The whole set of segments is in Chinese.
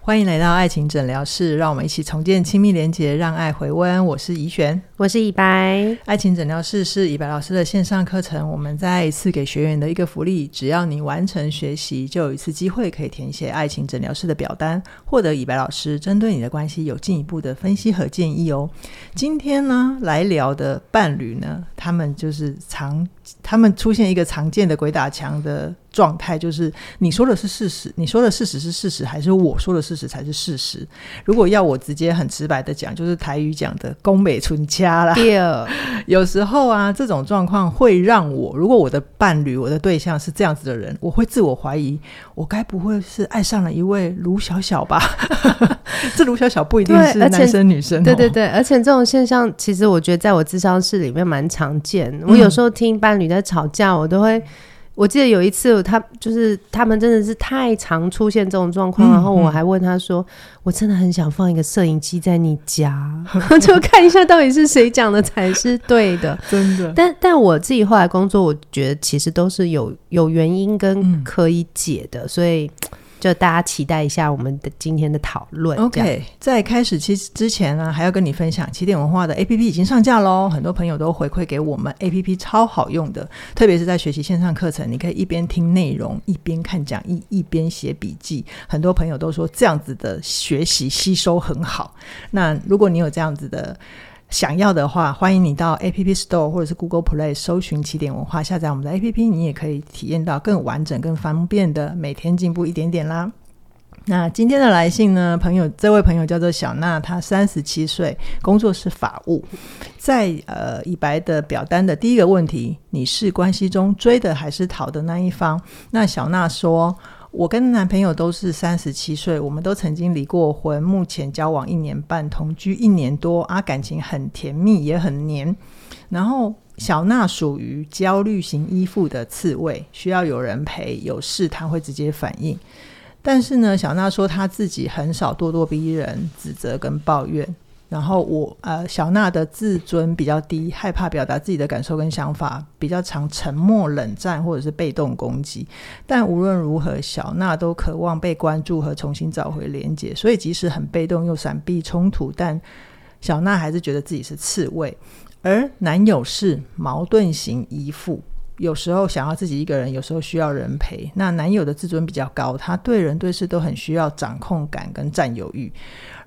欢迎来到爱情诊疗室，让我们一起重建亲密连结，让爱回温。我是怡璇，我是以 白，爱情诊疗室是以白老师的线上课程，我们再一次给学员的一个福利，只要你完成学习，就有一次机会可以填写爱情诊疗室的表单，获得以白老师针对你的关系有进一步的分析和建议哦。今天呢，来聊的伴侣呢，他们就是常，他们出现一个常见的鬼打墙的状态，就是你说的是事实，你说的事实是事实，还是我说的事实才是事实？如果要我直接很直白的讲，就是台语讲的“宫美存家”啦。第有时候啊，这种状况会让我，如果我的伴侣、我的对象是这样子的人，我会自我怀疑，我该不会是爱上了一位卢小小吧？ 这卢小小不一定对是而且男生女生、哦，对对对，而且这种现象其实我觉得在我智商室里面蛮常见。我有时候听伴侣在吵架，我都会，我记得有一次他就是他们真的是太常出现这种状况，嗯然后我还问他说，我真的很想放一个摄影机在你 家，就看一下到底是谁讲的才是对 的。真的，但但我自己后来工作，我觉得其实都是有有原因跟嗯可以解的，所以就大家期待一下我们的今天的讨论。这样 OK，在开始期之前呢，还要跟你分享起点文化的 APP 已经上架喽，很多朋友都回馈给我们 APP 超好用的，特别是在学习线上课程，你可以一边听内容，一边看讲义，一边写笔记。很多朋友都说这样子的学习吸收很好。那如果你有这样子的。想要的话，欢迎你到 App Store 或者是 Google Play 搜寻起点文化，下载我们的 APP，你也可以体验到更完整、更方便的每天进步一点点啦。那今天的来信呢？朋友，这位朋友叫做小娜，她三十七岁，工作是法务。在呃以白的表单的第一个问题，你是关系中追的还是逃的那一方？那小娜说。我跟男朋友都是三十七岁，我们都曾经离过婚，目前交往一年半，同居一年多啊，感情很甜蜜，也很黏。然后小娜属于焦虑型依附的刺猬，需要有人陪，有事她会直接反应。但是呢，小娜说她自己很少咄咄逼人、指责跟抱怨。然后我呃，小娜的自尊比较低，害怕表达自己的感受跟想法，比较常沉默、冷战或者是被动攻击。但无论如何，小娜都渴望被关注和重新找回连接，所以即使很被动又闪避冲突，但小娜还是觉得自己是刺猬。而男友是矛盾型依附，有时候想要自己一个人，有时候需要人陪。那男友的自尊比较高，他对人对事都很需要掌控感跟占有欲。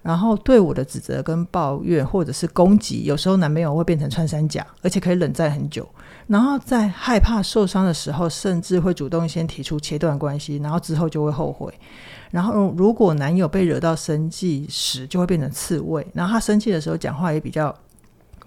然后对我的指责跟抱怨或者是攻击，有时候男朋友会变成穿山甲，而且可以冷战很久。然后在害怕受伤的时候，甚至会主动先提出切断关系，然后之后就会后悔。然后如果男友被惹到生气时，就会变成刺猬。然后他生气的时候讲话也比较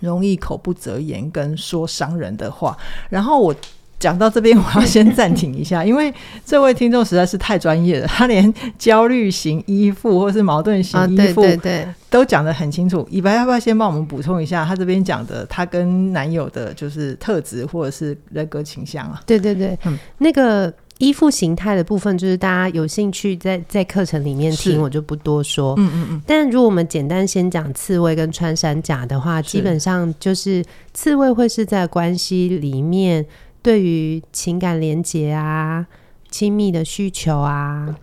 容易口不择言跟说伤人的话。然后我讲到这边，我要先暂停一下，因为这位听众实在是太专业了，他连焦虑型依附或是矛盾型啊，依对附、对对，都讲得很清楚。以白要不要先帮我们补充一下，他这边讲的他跟男友的就是特质或者是人格倾向啊？ 对对对，嗯那个依附形态的部分，就是大家有兴趣在在课程里面是听，我就不多说。嗯嗯嗯，但如果我们简单先讲刺猬跟穿山甲的话，是基本上就是刺猬会是在关系里面对于情感连结啊、亲密的需求啊，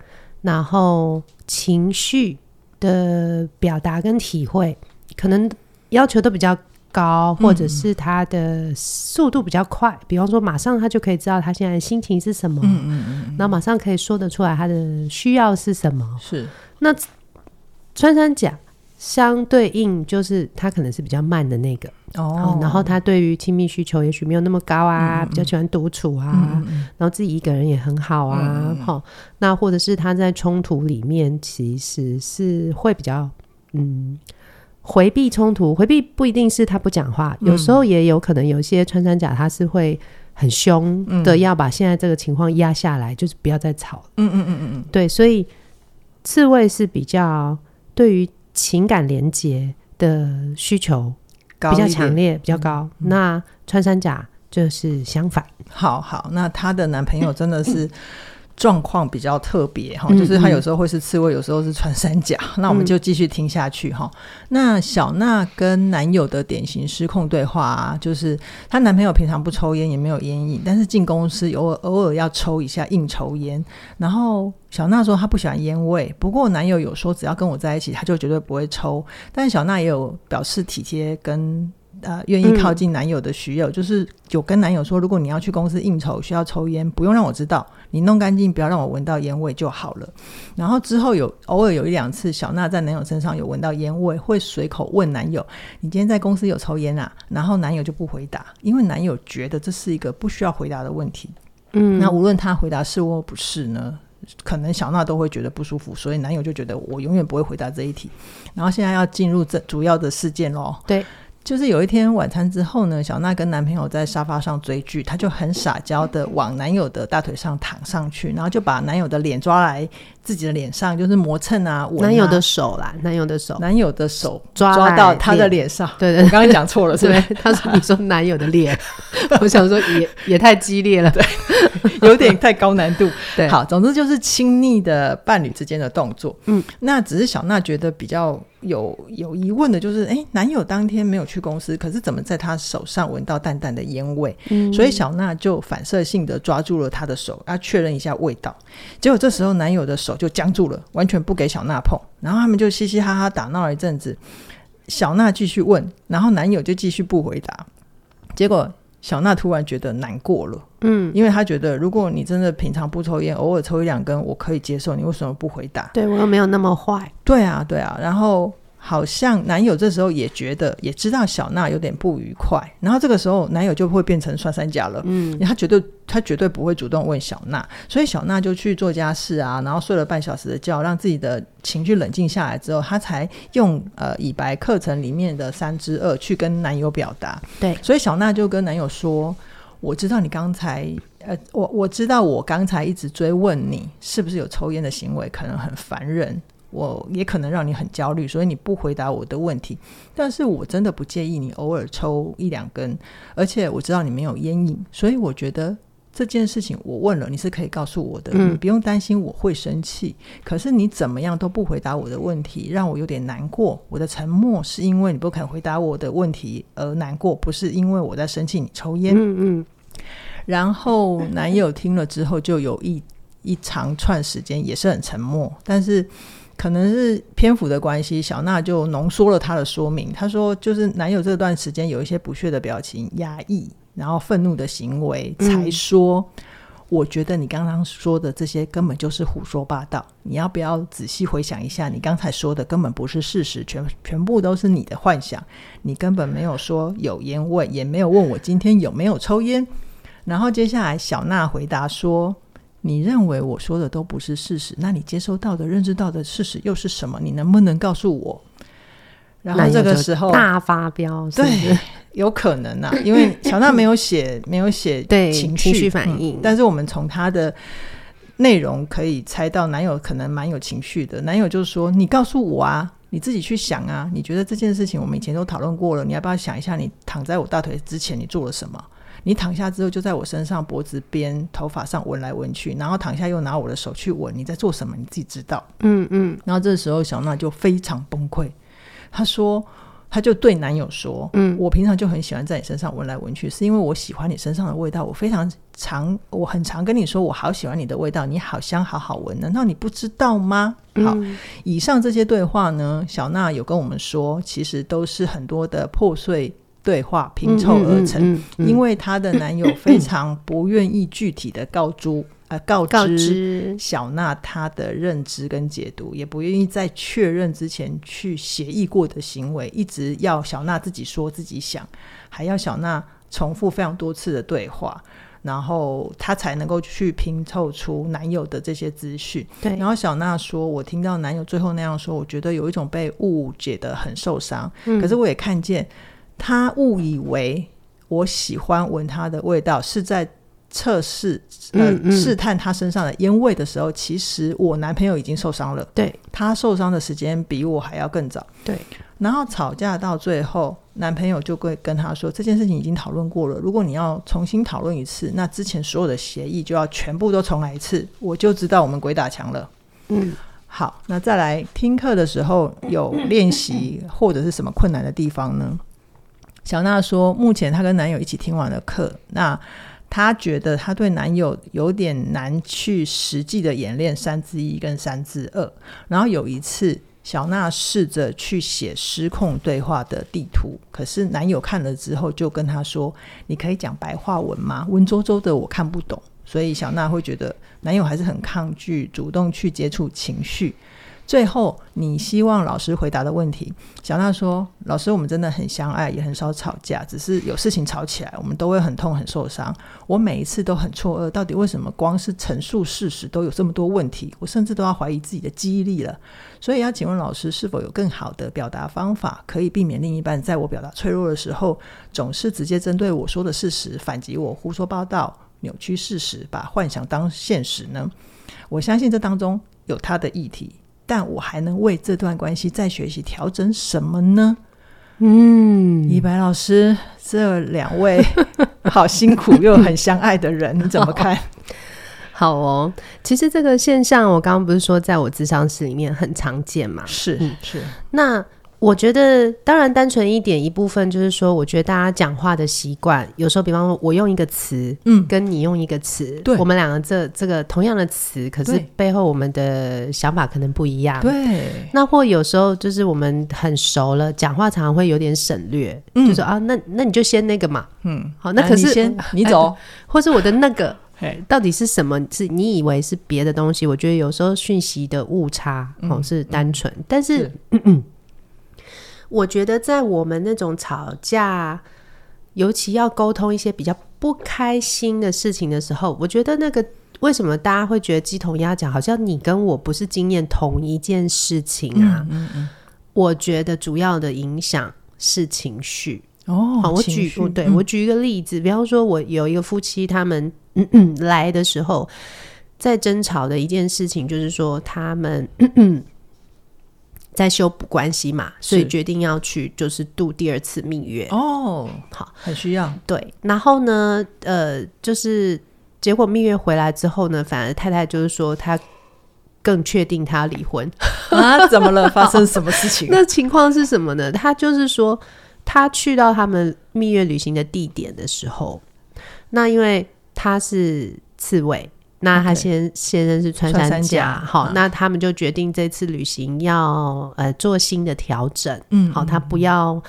然后情绪的表达跟体会，可能要求都比较高，或者是他的速度比较快。比方说，马上他就可以知道他现在的心情是什么，嗯嗯嗯，然后马上可以说得出来他的需要是什么。是穿山甲相对应就是它可能是比较慢的那个，哦然后他对于亲密需求也许没有那么高啊，比较喜欢独处啊，然后自己一个人也很好啊，好、那或者是他在冲突里面其实是会比较嗯。回避冲突，回避不一定是他不讲话，有时候也有可能有些穿山甲他是会很凶的，要把现在这个情况压下来，就是不要再吵了。嗯嗯嗯嗯对，所以刺猬是比较对于情感连接的需求嗯，高比较一点强。烈，比较高。那穿山甲就是相反，好好，那她的男朋友真的是状况比较特别哈，嗯就是它有时候会是刺猬，有时候是穿山甲。那我们就继续听下去哈。那小娜跟男友的典型失控对话、啊，就是她男朋友平常不抽烟，也没有烟瘾，但是进公司偶尔偶尔要抽一下硬抽烟。然后小娜说她不喜欢烟味，不过男友有说只要跟我在一起，她就绝对不会抽。但小娜也有表示体贴跟。呃，愿意靠近男友的需要，就是有跟男友说，如果你要去公司应酬需要抽烟，不用让我知道，你弄干净，不要让我闻到烟味就好了。然后之后有偶尔有一两次，小娜在男友身上有闻到烟味，会随口问男友：“你今天在公司有抽烟啊？”然后男友就不回答，因为男友觉得这是一个不需要回答的问题。嗯，那无论他回答是或不是呢，可能小娜都会觉得不舒服，所以男友就觉得我永远不会回答这一题。然后现在要进入这主要的事件喽。对，就是有一天晚餐之后呢，小娜跟男朋友在沙发上追剧，她就很撒娇的往男友的大腿上躺上去，然后就把男友的脸抓来自己的脸上，就是磨蹭啊，吻啊男友的手啦，男友的手，男友的手抓来到他的脸上。对我对刚刚讲错了，是不 对是？，他说你说男友的 脸，我想说也也太激烈了，有点太高难度。对，好，总之就是亲昵的伴侣之间的动作。嗯，那只是小娜觉得比较有有疑问的，就是哎，诶男友当天没有去公司，可是怎么在他手上闻到淡淡的烟味？嗯所以小娜就反射性的抓住了他的手，要确认一下味道。结果这时候男友的手就僵住了，完全不给小娜碰。然后他们就嘻嘻哈哈打闹了一阵子。小娜继续问，然后男友就继续不回答。结果小娜突然觉得难过了。嗯，因为她觉得，如果你真的平常不抽烟，偶尔抽一两根，我可以接受，你为什么不回答？对我又没有那么坏，对啊，对啊。然后好像男友这时候也觉得，也知道小娜有点不愉快，然后这个时候男友就会变成穿山甲了。嗯，他绝对，他绝对不会主动问小娜，所以小娜就去做家事啊，然后睡了半小时的觉，让自己的情绪冷静下来之后，她才用呃以白课程里面的三之二去跟男友表达。对所以小娜就跟男友说：“我知道你刚才，呃，我我知道我刚才一直追问你是不是有抽烟的行为，可能很烦人。”我也可能让你很焦虑，所以你不回答我的问题。但是我真的不介意你偶尔抽一两根，而且我知道你没有烟瘾，所以我觉得这件事情我问了，你是可以告诉我的，嗯你不用担心我会生气。可是你怎么样都不回答我的问题，让我有点难过。我的沉默是因为你不肯回答我的问题而难过，不是因为我在生气你抽烟。嗯嗯，然后男友听了之后，就有一一长串时间也是很沉默，但是可能是篇幅的关系，小娜就浓缩了她的说明。她说，就是男友这段时间有一些不屑的表情、压抑，然后愤怒的行为，嗯才说。我觉得你刚刚说的这些根本就是胡说八道。你要不要仔细回想一下，你刚才说的根本不是事实，全全部都是你的幻想。你根本没有说有烟味，也没有问我今天有没有抽烟。然后接下来，小娜回答说：“你认为我说的都不是事实，那你接收到的、认知到的事实又是什么？你能不能告诉我？”然后男友这个就时候，大发飙，是不是对，有可能啊，因为小娜没有 写，没有写对情情绪绪反嗯应但是我们从她的内容可以猜到，男友可能蛮有情绪的。男友就说：“你告诉我啊，你自己去想啊，你觉得这件事情我们以前都讨论过了，你要不要想一下，你躺在我大腿之前你做了什么？”你躺下之后，就在我身上、脖子边、头发上闻来闻去，然后躺下又拿我的手去闻，你在做什么？你自己知道。嗯嗯然后这时候小娜就非常崩溃，她说，她就对男友说，嗯我平常就很喜欢在你身上闻来闻去，是因为我喜欢你身上的味道，我非常常，我很常跟你说，我好喜欢你的味道，你好香，好好闻，难道你不知道吗？嗯好，以上这些对话呢，小娜有跟我们说，其实都是很多的破碎对话拼凑而成。嗯嗯嗯嗯因为她的男友非常不愿意具体的告知，呃，告知告知小娜她的认知跟解读，也不愿意在确认之前去协议过的行为，一直要小娜自己说自己想，还要小娜重复非常多次的对话，然后她才能够去拼凑出男友的这些资讯。对，然后小娜说：“我听到男友最后那样说，我觉得有一种被误解的很受伤。可是我也看见他误以为我喜欢闻他的味道，是在测试呃嗯嗯试探他身上的烟味的时候，其实我男朋友已经受伤了，对他受伤的时间比我还要更早。对，然后吵架到最后，男朋友就会跟他说这件事情已经讨论过了，如果你要重新讨论一次，那之前所有的协议就要全部都重来一次，我就知道我们鬼打墙了。嗯，好，那再来听课的时候有练习或者是什么困难的地方呢？小娜说，目前她跟男友一起听完了课，那她觉得她对男友有点难去实际的演练三之一跟三之二。然后有一次，小娜试着去写失控对话的地图，可是男友看了之后就跟她说：“你可以讲白话文吗？文绉绉的我看不懂。”所以小娜会觉得男友还是很抗拒主动去接触情绪。最后，你希望老师回答的问题，小娜说：“老师，我们真的很相爱，也很少吵架，只是有事情吵起来，我们都会很痛、很受伤。我每一次都很错愕，到底为什么光是陈述事实都有这么多问题？我甚至都要怀疑自己的记忆力了。所以要请问老师，是否有更好的表达方法，可以避免另一半在我表达脆弱的时候，总是直接针对我说的事实反击我，胡说八道，扭曲事实，把幻想当现实呢？我相信这当中有他的议题，但我还能为这段关系再学习调整什么呢？嗯，李白老师，这两 位好辛苦又很相爱的人，你怎么 看？哦好哦。其实这个现象，我刚刚不是说在我智商室里面很常见嘛？是是，那我觉得，当然单纯一点，一部分就是说，我觉得大家讲话的习惯，有时候，比方说我用一个词，嗯跟你用一个词，对我们两个这这个同样的词，可是对背后我们的想法可能不一样。。对，那或有时候就是我们很熟了，讲话常常会有点省略，嗯就说啊，那那你就先那个嘛，嗯，好，哦那可是、哎你先你走，或是我的那个嘿，到底是什么？是你以为是别的东西？我觉得有时候讯息的误差哦是单纯，但是是嗯嗯我觉得在我们那种吵架，尤其要沟通一些比较不开心的事情的时候，我觉得那个为什么大家会觉得鸡同鸭讲？好像你跟我不是经验同一件事情啊？嗯我觉得主要的影响是情绪。哦好，我情举绪我对、我举一个例子，比方说，我有一个夫妻，他们嗯嗯来的时候，在争吵的一件事情，就是说他们嗯嗯在修补关系嘛，所以是决定要去就是度第二次蜜月。哦，好，很需 要，对，然后呢，呃，就是结果蜜月回来之后呢，反而太太就是说她更确定她要离婚。啊，怎么了？发生什么事情？ 那情况是什么呢？他就是说，他去到他们蜜月旅行的地点的时候，那因为他是刺猬，那他 OK 先先生是穿穿山山甲，甲好，嗯那他们就决定这次旅行要呃做新的调整，嗯好，他不要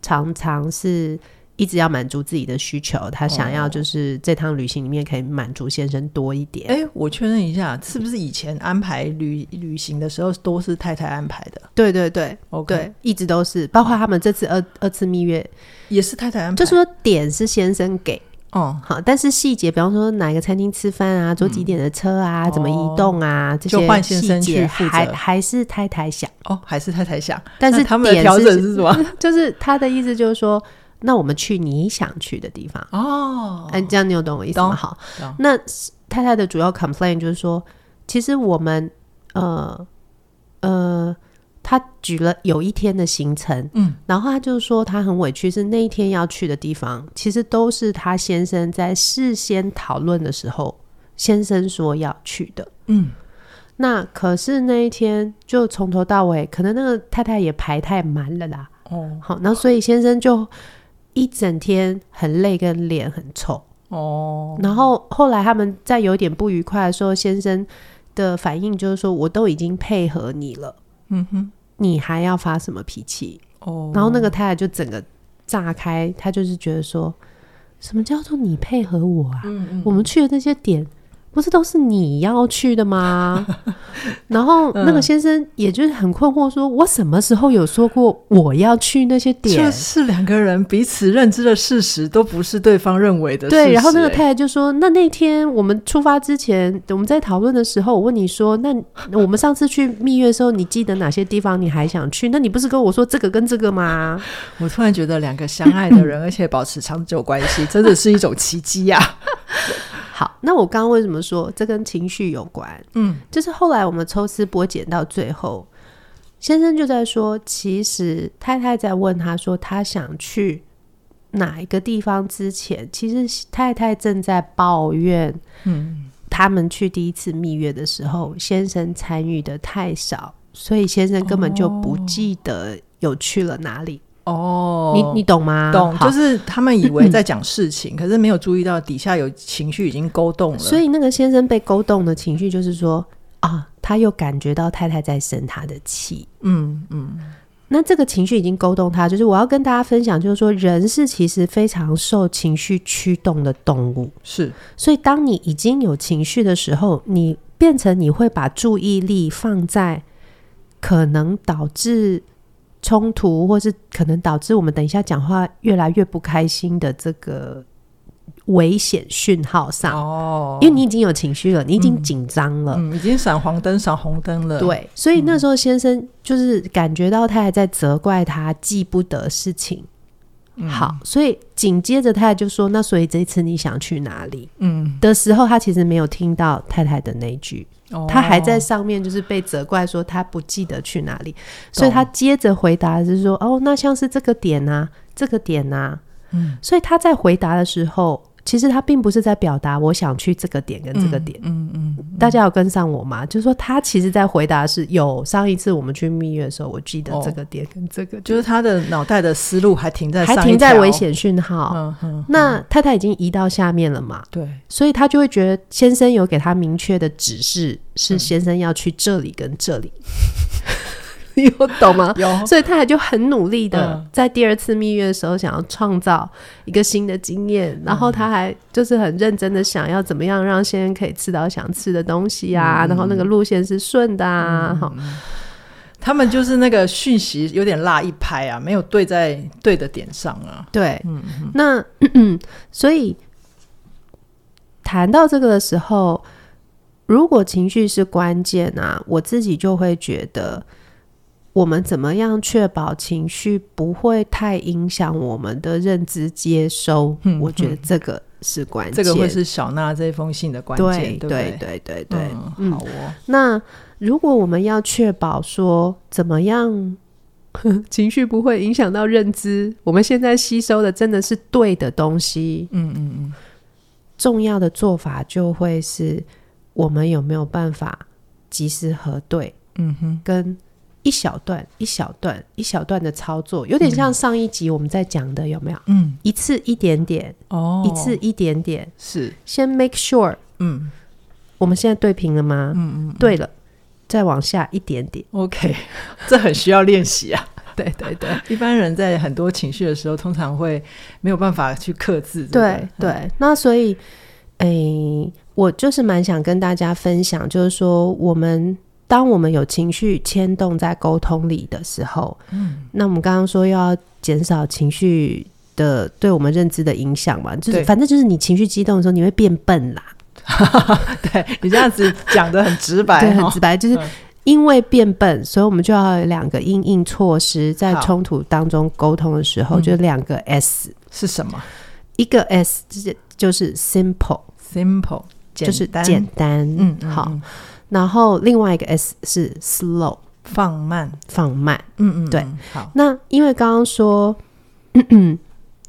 常常是。一直要满足自己的需求，他想要哦就是这趟旅行里面可以满足先生多一点。哎，我确认一下，是不是以前安排旅旅行的时候都是太太安排的对对对？OK，对，一直都是，包括他们这次二二次蜜月，也是太太安排，就是说点是先生给，哦，好，但是细节，比方说哪个餐厅吃饭啊，坐几点的车啊，怎么移动啊，这嗯哦就些换先细生节去负责还还是太太想，哦，还是太太想，但是那他们的点调整是是什么？ 就是他的意思就是说，那我们去你想去的地方，哦，哎、这样你有懂我意思吗？懂好懂，那太太的主要 complain 就是说，其实我们呃呃，他举了有一天的行程，嗯，然后他就说他很委屈，是那一天要去的地方，其实都是他先生在事先讨论的时候，先生说要去的。嗯，那可是那一天就从头到尾，可能那个太太也排太满了啦。哦好，那所以先生就一整天很累，跟脸很臭。哦，然后后来他们在有点不愉快的时候，先生的反应就是说：“我都已经配合你了，嗯哼，你还要发什么脾气？”哦，然后那个太太就整个炸开，她就是觉得说：“什么叫做你配合我啊？嗯嗯我们去的那些点。”不是都是你要去的吗？ 然后那嗯个先生也就是很困惑，说：“我什么时候有说过我要去那些点？”就是两个人彼此认知的事实都不是对方认为的事实，对，然后那个哎太太就说：“那那天我们出发之前，我们在讨论的时候，我问你说，那我们上次去蜜月的时候，你记得哪些地方你还想去？那你不是跟我说这个跟这个吗？我突然 啊觉得两个相爱的人，而且保持长久关系，真的是一种奇迹呀、那我刚刚为什么说这跟情绪有关？嗯，就是后来我们抽丝剥茧到最后，先生就在说，其实太太在问他说他想去哪一个地方之前，其实太太正在抱怨，嗯，他们去第一次蜜月的时候，先生参与的太少，所以先生根本就不记得有去了哪里。哦，你你懂吗？懂，好就是他们以为在讲事 情，可是没有注意到底下有情绪已经勾动了，所以那个先生被勾动的情绪就是说啊，他又感觉到太太在生他的气。嗯嗯，那这个情绪已经勾动他，就是我要跟大家分享，就是说人是其实非常受情绪驱动的动物，是所以当你已经有情绪的时候，你变成你会把注意力放在可能导致冲突，或是可能导致我们等一下讲话越来越不开心的这个危险讯号上，哦，因为你已经有情绪了，你已经紧张了。嗯已嗯经闪黄灯、闪红灯了，，对，所以那时候先生就是感觉到他还在责怪他记不得事情。嗯好，所以紧接着太太就说：“那所以这次你想去哪里嗯，？”的时候，他其实没有听到太太的那一句，哦他还在上面就是被责怪说他不记得去哪里，所以懂他接着回答就是说：“哦，那像是这个点啊，这个点啊。”嗯，所以他在回答的时候，其实他并不是在表达我想去这个点跟这个点。嗯嗯，大家有跟上我吗？就是说，他其实在回答是有上一次我们去蜜月的时候，我记得哦这个点跟这个点，就是他的脑袋的思路还停在还上一停在条危，险讯号。嗯嗯，那太太已经移到下面了嘛，对，所以他就会觉得先生有给他明确的指示，嗯是先生要去这里跟这里， 你有懂吗？有所以太太就很努力的哦嗯在第二次蜜月的时候，想要创造一个新的经验，然后他还就是很认真的想要怎么样让先生可以吃到想吃的东西啊，然后那个路线是顺的啊，哈、 他们就是那个讯息有点落一拍啊，没有对在对的点上啊，对，那 所以谈到这个的时候，如果情绪是关键啊，我自己就会觉得，我们怎么样确保情绪不会太影响我们的认知接收？嗯我觉得这个是关这键，个会是小娜这封信的关对键，不对对对对。嗯，好哦，那如果我们要确保说怎么样 情绪不会影响到认知，我们现在吸收的真的是对的东西，嗯嗯嗯，重要的做法就会是我们有没有办法及时核对，嗯哼，跟一小段一小段一小段的操作，有点像上一集我们在讲的，有没有？嗯，一次一点点，哦，一次一点点，是，先 make sure 嗯我们现在对平了吗？嗯嗯对了，再往下一点点。 ，OK，这 很需要练习啊。 对对对。一般人在很多情绪的时候，通常会没有办法去克制。对不对，嗯对，那所以，诶、我就是蛮想跟大家分享，就是说，我们当我们有情绪牵动在沟通里的时候，嗯，那我们刚刚说要减少情绪的对我们认知的影响嘛，就是对反正就是你情绪激动的时候，你会变笨啦， 对你这样子讲的很直白对，很哦直白，就是嗯因为变笨，所以我们就要有两个应应措施，在好冲突当中沟通的时候，嗯就两个 S，、是什么一个 S 就是就是 simple。 ？Simple，就是简单简单，嗯，嗯好。嗯然后另外一个 S 是 slow，放慢，放慢。嗯嗯，对嗯，好，那因为刚刚说，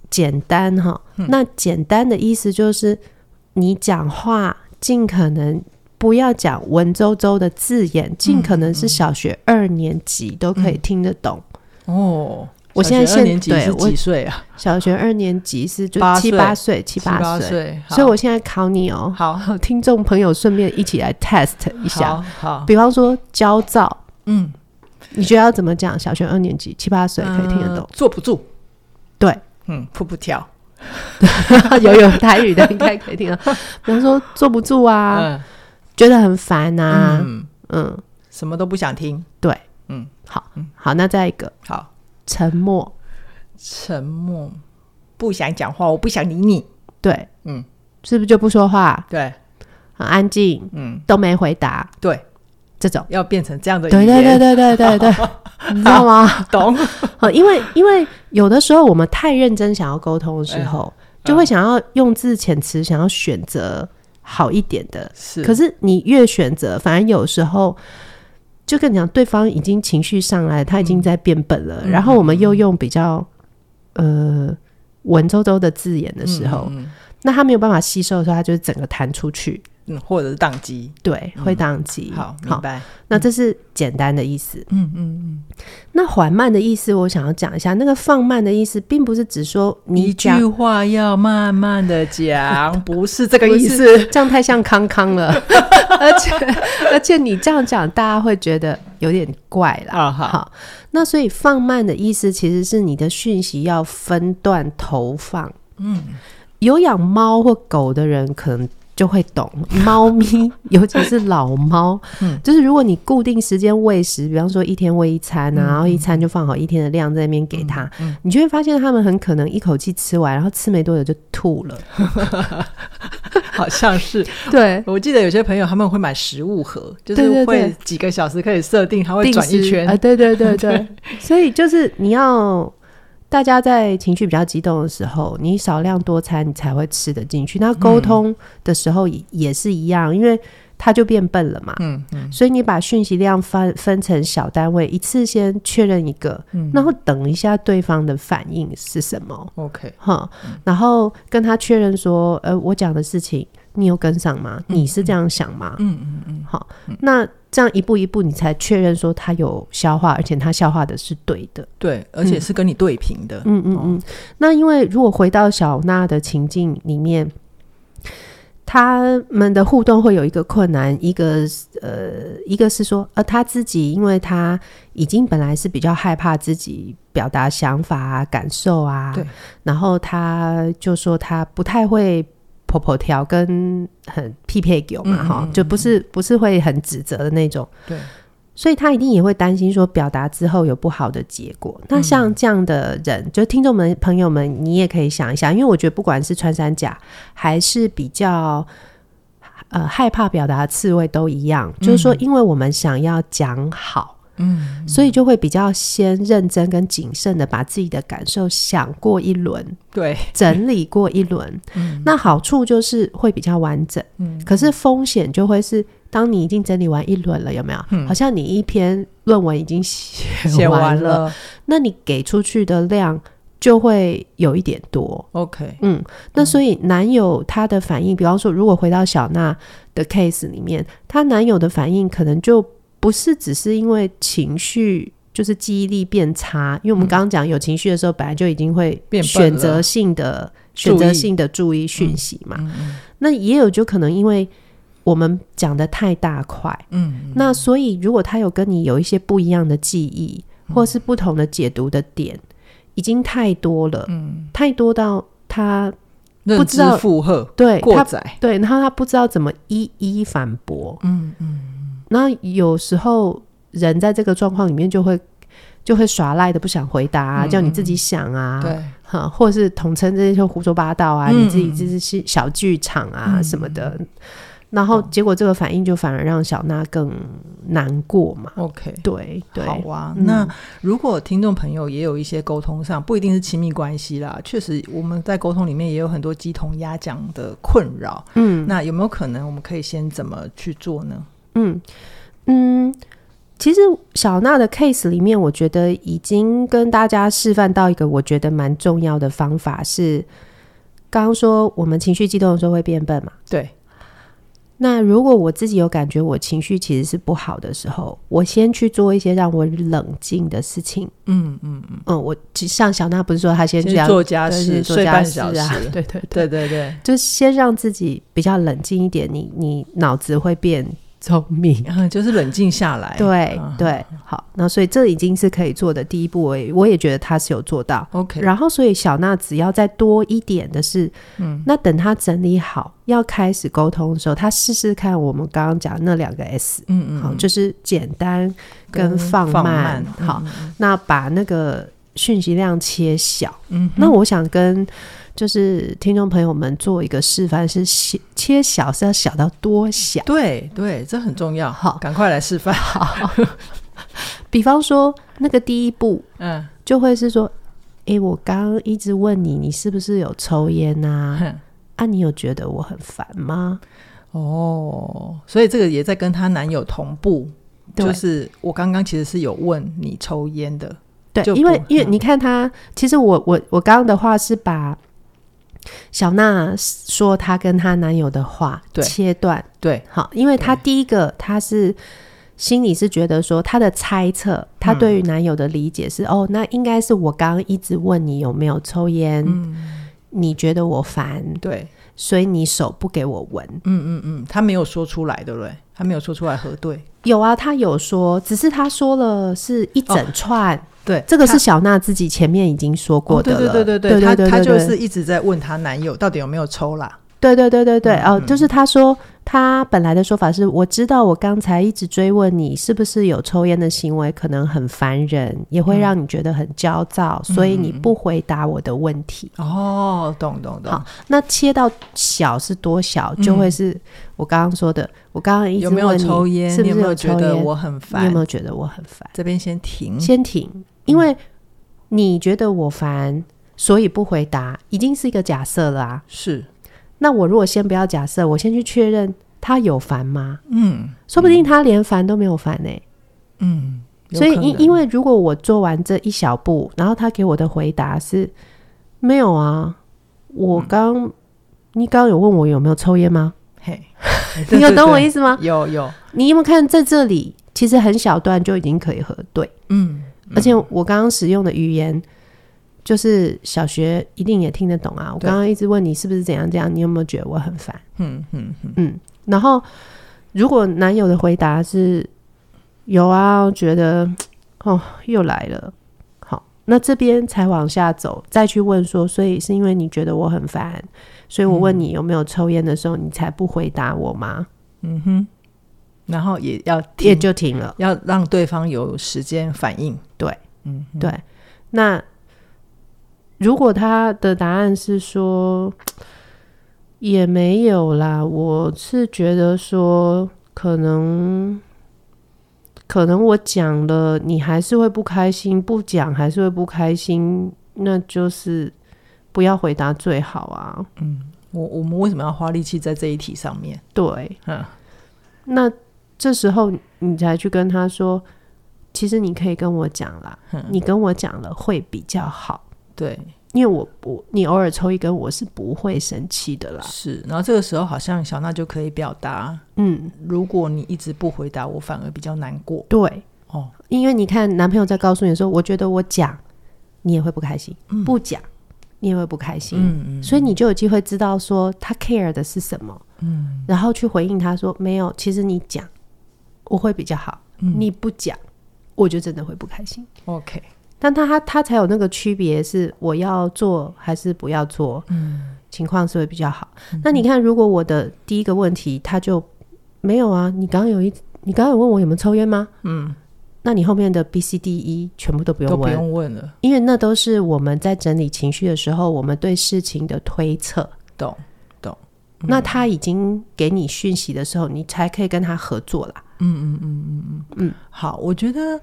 简单哈，嗯那简单的意思就是你讲话尽可能不要讲文绉绉的字嗯眼，尽可能是小学二年级都可以听得懂。哦，我现在小学二现年级对是我几岁啊？小学二年级是就八七岁八岁，七七八八岁。岁，好所以我现在考你哦、好听众朋友顺便一起来 test 一下好，好，比方说焦躁。嗯，你觉得要怎么讲？小学二年级七八岁可以听得呃懂，，坐不住，对，嗯，扑扑跳， 有有台语的应该可以 听得懂。比方说坐不住啊，嗯觉得很烦啊，嗯，嗯，什么都不想听，对，嗯，好，好，那再一个好，沉默，沉默，不想讲话，我不想理你，对，嗯，是不是就不说话，对，很安静，嗯，都没回答对，这种。要变成这样的语对言，对对对对对 对，你知道吗？懂，好因为因为有的时候我们哎嗯太认真想要沟通的时候，就会想要用字遣词，想要选择好一点的。是可是你越选择，反正有时候就跟你讲，对方已经情绪上来，他已嗯经在变本了。然后我们又用比较呃文绉绉的字眼的时候，嗯那他没有办法吸收的时候，他就整个弹出去，嗯，或者是宕机。对，会宕机。嗯好，明嗯好，白。那这是简单的意思。嗯嗯那缓慢的意思，我想要讲一下，那个放慢的意思，并不是只说嗯，你一讲句话要慢慢的 讲，不是这个意思。这样太像康康了， 而且而且你这样讲，大家会觉得有点怪啦。啊哈，好，那所以放慢的意思其实是你的讯息要分段投放。嗯，有养猫或狗的人可能就会懂，猫咪尤其是老猫，嗯就是如果你固定时间喂食，比方说一天喂一餐啊，嗯然后一餐就放好一天的量在那边给它，嗯你就会发现它们很可能一口气吃完，然后吃没多久就吐了。好像是。对，我记得有些朋友他们会买食物盒，就对对是对会几个小时可以设定，它会定转一时圈啊、。对对 对对，所以就是你要大家在情绪比较激动的时候，你少量多餐，你才会吃得进去。那沟通的时候也也是一样，因为它就变笨了嘛。嗯嗯所以你把讯息量分分成小单位，一次先确认一个，嗯然后等一下对方的反应是什么， ，OK，哈，然后跟他确认说，呃，我讲的事情你有跟上吗？你是这样想吗？嗯嗯嗯，好，那这样一步一步，你才确认说他有消化，而且他消化的是对的。对，而且是跟你对平的。嗯嗯嗯。那因为如果回到小娜的情境里面，他们的互动会有一个困难，一个呃，一个是说，呃，他自己因为他已经本来是比较害怕自己表达想法啊、感受啊，对，然后他就说他不太会。婆婆条跟很屁屁狗嘛，嗯嗯哈、嗯就不是不是会很指责的那种，对，所以他一定也会担心说表达之后有不好的结果。那像这样的人，就听众们朋友们，你也可以想一想，因为我觉得不管是穿山甲还是比较。呃，害怕表达的刺猬都一样，就是说，因为我们想要讲好，嗯，所以就会比较先认真跟谨慎的把自己的感受想过一轮， 对，整理过一轮。嗯那好处就是会比较完整，嗯可是风险就会是，当你已经整理完一轮了，有没有？嗯好像你一篇论文已经写写完完了那你给出去的量就会有一点多。 ，OK，嗯，那所以男友他的反应，比方说，如果回到小娜的 case 里面，她男友的反应可能就不是只是因为情绪，就是记忆力变差，因为我们刚刚讲有情绪的时候，本来就已经会嗯变笨了选择性的注意选择性的注意讯息嘛。嗯嗯那也有就可能因为我们讲的太大块，嗯，那所以如果他有跟你有一些不一样的记忆，嗯或是不同的解读的点，已经太多了，嗯太多到他认不知知道负荷对过他载，对，然后他不知道怎么一一反驳，嗯嗯，那有时候人在这个状况里面就会。就会耍赖的不想回答、啊，嗯叫你自己想啊，对，哈，或者是统称这些就胡说八道啊，嗯你自己这是小剧场啊、嗯什么的，然后结果这个反应就反而让小娜更难过嘛， OK。对对，好啊，嗯那如果听众朋友也有一些沟通上，不一定是亲密关系啦，确实我们在沟通里面也有很多鸡同鸭讲的困扰。嗯那有没有可能我们可以先怎么去做呢？嗯嗯，其实小娜的 case 里面，我觉得已经跟大家示范到一个我觉得蛮重要的方法是，刚刚说我们情绪激动的时候会变笨嘛，对，那如果我自己有感觉我情绪其实是不好的时候，我先去做一些让我冷静的事情。嗯嗯嗯，嗯，我其实像小娜不是说她先这先样做家对事，做睡家半事小啊，时对对对对，对对，就先让自己比较冷静一点，你你脑子会变聪明。然后嗯就是冷静下来。对嗯对，好，那所以这已经是可以做的第一步，我也我也觉得他是有做到。 ，OK，然后，所以小娜只要再多一点的是，嗯，那等她整理好要开始沟通的时候，她试试看我们刚刚讲的那两个 S，嗯嗯，好，嗯就是简单跟放放嗯慢，好，，那把那个讯息量切小。嗯，那我想跟就是听众朋友们做一个示范，是切切小是要小到多小？对对，这很重要。好赶快来示范。比方说那个第一步 嗯，就会是说，诶，我刚刚一直问你，你是不是有抽烟呐、啊？哼你有觉得我很烦吗？哦，所以这个也在跟她男友同步，对就是我刚刚其实是有问你抽烟的，对就，因为不因为嗯你看他，其实我我我刚刚的话是把小娜说她跟她男友的话对切断，对好，因为她对第一个她是心里是觉得说她的猜测，她对于男友的理解是、嗯哦，那应该是我刚刚一直问你有没有抽烟，嗯你觉得我烦，对，所以你手不给我闻。嗯嗯嗯，她没有说出来，对不对？她没有说出来核对，有啊，她有说，只是她说了是一整串，对，这个她是小娜自己前面已经说过哦的对了。对对对对，她她就对是一直在问她男友到底有没有抽啦，对对对对对，嗯哦，就是他说他本来的说法是，我知道我刚才一直追问你是不是有抽烟的行为，可能很烦人，也会嗯让你觉得很焦躁，所以你不回答我的问题。哦，懂懂懂好，那切到小是多小，就会是我刚刚说的，我刚刚一直嗯有没有问你抽烟？是不你有是没有抽烟？觉得我很你有烦没？有觉得我很烦？这边先停，先停，因为你觉得我烦，所以不回答，已经是一个假设了啊。是，那我如果先不要假设，我先去确认他有烦吗？嗯说不定他连烦都没有烦呢、嗯，有所以可因能因为如果我做完这一小步，然后他给我的回答是没有啊，嗯我刚、你刚刚有问我有没有抽 烟吗？嘿，你有懂我意思？思吗？有有，你有没有看在这里？其实很小段就已经可以核对，嗯，而且我刚刚使用的语言。就是小学一定也听得懂啊！我对刚刚一直问你是不是怎样怎样，你有没有觉得我很烦？嗯嗯嗯，然后，如果男友的回答是“有啊”，我觉得哦又来了，好，那这边才往下走，再去问说，所以是因为你觉得我很烦，所以我嗯问你有没有抽烟的时候，你才不回答我吗？然后也要也停，就停了。要让对方有时间反应。对，那如果他的答案是说也没有啦，我是觉得说可能可能我讲了，你还是会不开心；不讲还是会不开心，那就是不要回答最好啊。我我们为什么要花力气在这一题上面？对，嗯，那这时候你才去跟他说，其实你可以跟我讲啦，你跟我讲了会比较好。对，因为我不，你偶尔抽一根，我是不会生气的啦。是。然后这个时候，好像小娜就可以表达，嗯，如果你一直不回答，我反而比较难过。对，哦，因为你看，男朋友在告诉你说，我觉得我讲，你也会不开心；不讲，你也会不开嗯心。嗯嗯，所以你就有机会知道说他 care 的是什么，嗯，然后去回应他说没有，其实你讲我会比较好，嗯你不讲我就真的会不开心。 OK，但他他他才有那个区别，是我要做还是不要做，嗯情况是会比较好。那你看，如果我的第一个问题他就没有啊，你刚刚有一，你刚刚有问我有没有抽烟吗？嗯，那你后面的 B、C、D、E 全部都不都用不问，用问了，因为那都是我们在整理情绪的时候，我们对事情的推测。懂？嗯那他已经给你讯息的时候，你才可以跟他合作啦。好，我觉得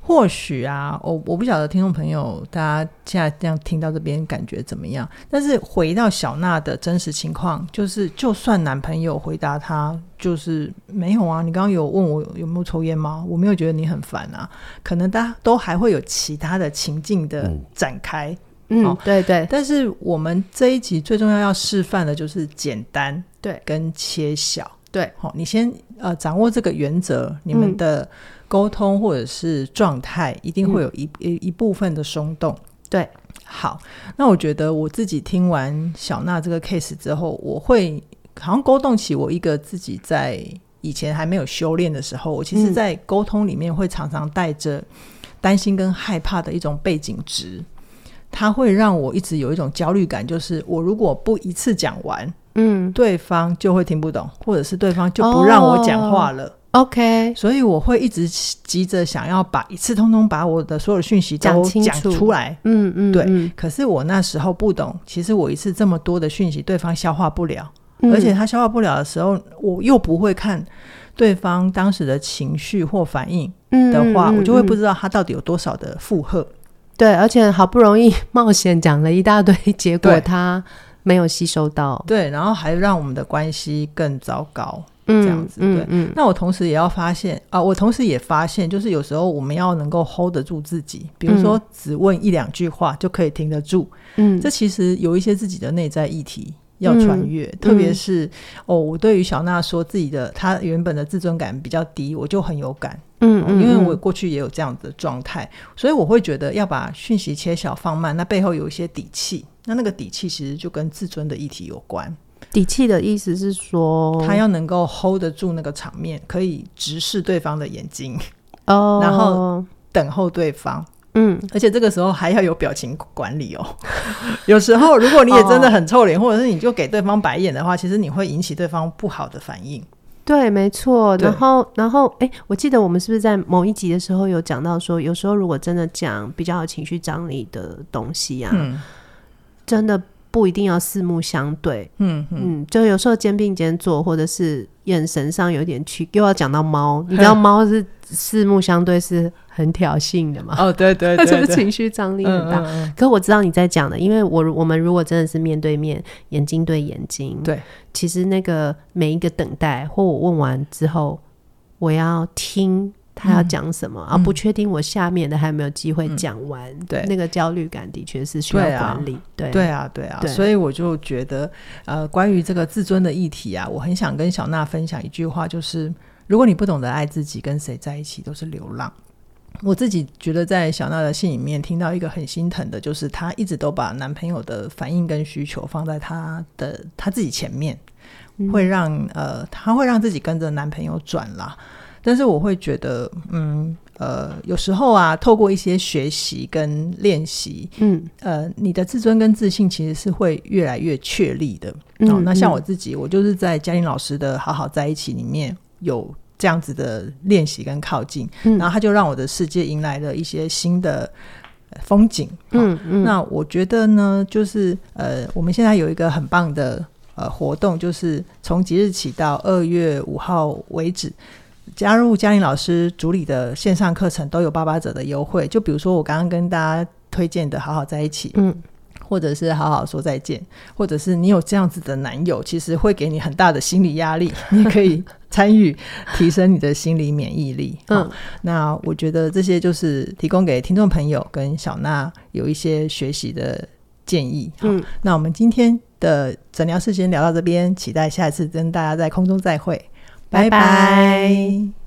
或许啊，我我不晓得听众朋友大家现在这样听到这边感觉怎么样，但是回到小娜的真实情况，就是就算男朋友回答她就是没有啊，你刚刚有问我有没有抽烟吗？我没有觉得你很烦啊，可能大家都还会有其他的情境的展开。嗯，好对对但是我们这一集最重要要示范的就是简单，对跟切小，对。嗯好、你先呃掌握这个原则，你们的沟通或者是状态一定会有一、一一部分的松动。对，好，那我觉得我自己听完小娜这个 case 之后，我会好像勾动起我一个自己在以前还没有修炼的时候，我其实嗯在沟通里面会常常带着担心跟害怕的一种背景值。它会让我一直有一种焦虑感，就是我如果不一次讲完，嗯对方就会听不懂，或者是对方就不让我讲话了。哦，OK，所以我会一直急着想要把一次通通把我的所有讯息都讲清讲楚出来。嗯嗯，对嗯可是我那时候不懂，其实我一次这么多的讯息，对方消化不了，嗯而且他消化不了的时候，我又不会看对方当时的情绪或反应的话，我就会不嗯嗯嗯嗯知道他到底有多少的负荷。对，而且好不容易冒险讲了一大堆，结果对他没有吸收到，对，然后还让我们的关系更糟糕。这样子嗯对嗯那我同时也要发现啊，我同时也发现，就是有时候我们要能够 hold 得住自己，比如说只问一两句话就可以停得住，嗯，这其实有一些自己的内在议题。要穿越，特嗯别是、哦，我对于小娜说自己的她原本的自尊感比较低，我就很有感，嗯嗯，因为我嗯过去也有这样子的状态，所以我会觉得要把讯息切小放慢，那背后有一些底气，那那个底气其实就跟自尊的议题有关，底气的意思是说，他要能够 hold 得住那个场面，可以直视对方的眼睛， 哦，然后等候对方。嗯，而且这个时候还要有表情管理哦。 有时候如果你也真的很臭脸，或者是你就给对方白眼的话，其实你会引起对方不好的反应。对，没错。对然后，然后，哎，我记得我们是不是在某一集的时候有讲到说，有时候如果真的讲比较有情绪张力的东西啊，嗯真的不一定要四目相对，嗯嗯，嗯，就有时候肩并肩坐，或者是眼神上有点区，又要讲到猫，你知道猫是 四目相对是很挑衅的嘛，哦，对 对 它对就嗯是对，情绪张力很大。嗯嗯可我知道你在讲的，因为我如我们如果真的是面对面，眼睛对眼睛，对，其实那个每一个等待，或我问完之后，我要听他要讲什么，啊，不确定我下面的还有没有机会讲完，嗯对那个焦虑感的确是需要对啊管理，对、对啊，对啊，对所以我就觉得，呃，关于这个自尊的议题啊，我很想跟小娜分享一句话，就是如果你不懂得爱自己，跟谁在一起都是流浪。我自己觉得，在小娜的信里面听到一个很心疼的，就是她一直都把男朋友的反应跟需求放在她的她自己前面，嗯会让呃，她会让自己跟着男朋友转啦。但是我会觉得，嗯，呃，有时候啊，透过一些学习跟练习，嗯，呃，你的自尊跟自信其实是会越来越确立的。嗯哦，那像我嗯自己，我就是在嘉玲老师的《好好在一起》里面有这样子的练习跟靠近，嗯然后他就让我的世界迎来了一些新的呃风景。哦嗯嗯，那我觉得呢，就是呃，我们现在有一个很棒的呃活动，就是从即日起到二月五号为止。加入嘉玲老师主理的线上课程都有八八折的优惠，就比如说我刚刚跟大家推荐的《好好在一起》，嗯，或者是好好说再见，或者是你有这样子的男友，其实会给你很大的心理压力，你也可以参与提升你的心理免疫 力。嗯好那我觉得这些就是提供给听众朋友跟小娜有一些学习的建议。好嗯，那我们今天的诊疗室先聊到这边，期待下一次跟大家在空中再会，拜拜拜